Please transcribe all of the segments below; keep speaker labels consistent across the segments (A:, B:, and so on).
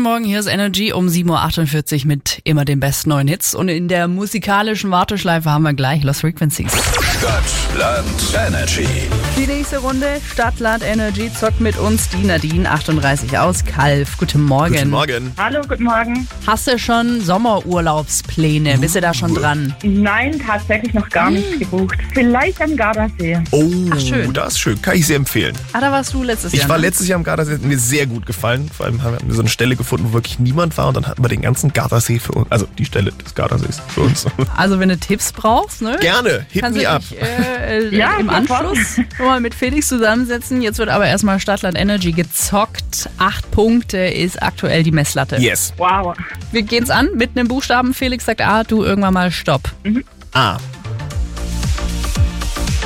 A: Morgen, hier ist Energy um 7.48 Uhr mit immer den besten neuen Hits. Und in der musikalischen Warteschleife haben wir gleich Lost Frequencies.
B: Stadtland Energy.
A: Die nächste Runde, Stadtland Energy, zockt mit uns die Nadine 38 aus Kalf. Guten Morgen.
C: Guten Morgen.
D: Hallo, guten Morgen.
A: Hast du schon Sommerurlaubspläne? Bist du da schon dran?
D: Nein, tatsächlich noch gar nicht gebucht. Vielleicht am Gardasee.
C: Oh,
A: schön.
C: das ist schön. Kann ich sehr empfehlen.
A: Ah, da warst du letztes
C: Ich
A: Jahr.
C: war
A: ne?
C: letztes Jahr am Gardasee, hat mir sehr gut gefallen. Vor allem haben wir so eine Stelle gefunden, wo wirklich niemand war und dann hatten wir den ganzen Gardasee für uns, also die Stelle des Gardasees für uns.
A: Also wenn du Tipps brauchst, ne?
C: Gerne, hit
A: Kannst du
C: me up.
A: dich äh, äh,
D: Ja,
A: im
D: sofort.
A: Anschluss nochmal mit Felix zusammensetzen. Jetzt wird aber erstmal Stadtland Energy gezockt. Acht Punkte ist aktuell die Messlatte.
C: Yes.
D: Wow.
A: Wir gehen's an mit einem Buchstaben. Felix sagt A, du irgendwann mal Stopp.
C: A.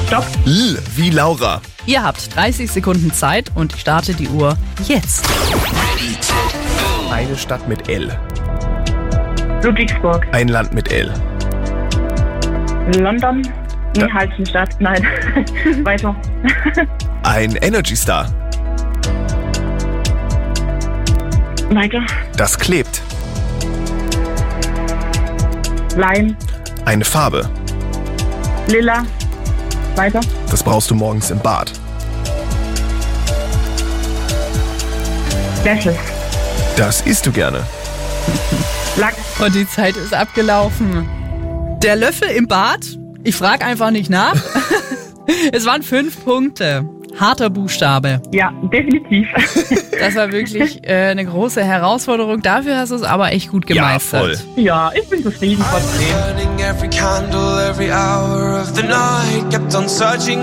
D: Stopp.
C: L wie Laura.
A: Ihr habt 30 Sekunden Zeit und ich starte die Uhr jetzt.
C: Eine Stadt mit L.
D: Ludwigsburg.
C: Ein Land mit L.
D: London. Nee,
C: Da-
D: Halstenstadt. Nein. Weiter.
C: Ein Energy Star.
D: Weiter.
C: Das klebt.
D: Leim.
C: Eine Farbe.
D: Lilla. Weiter.
C: Das brauchst du morgens im Bad.
D: Wäsche.
C: Das isst du gerne.
D: Lachs.
A: Und die Zeit ist abgelaufen. Der Löffel im Bad? Ich frage einfach nicht nach. es waren fünf Punkte. Harter Buchstabe.
D: Ja, definitiv.
A: Das war wirklich äh, eine große Herausforderung. Dafür hast du es aber echt gut gemeistert.
C: voll.
D: ja, ich bin zufrieden trotzdem.
E: Burning every candle, every hour of the night. Kept on searching.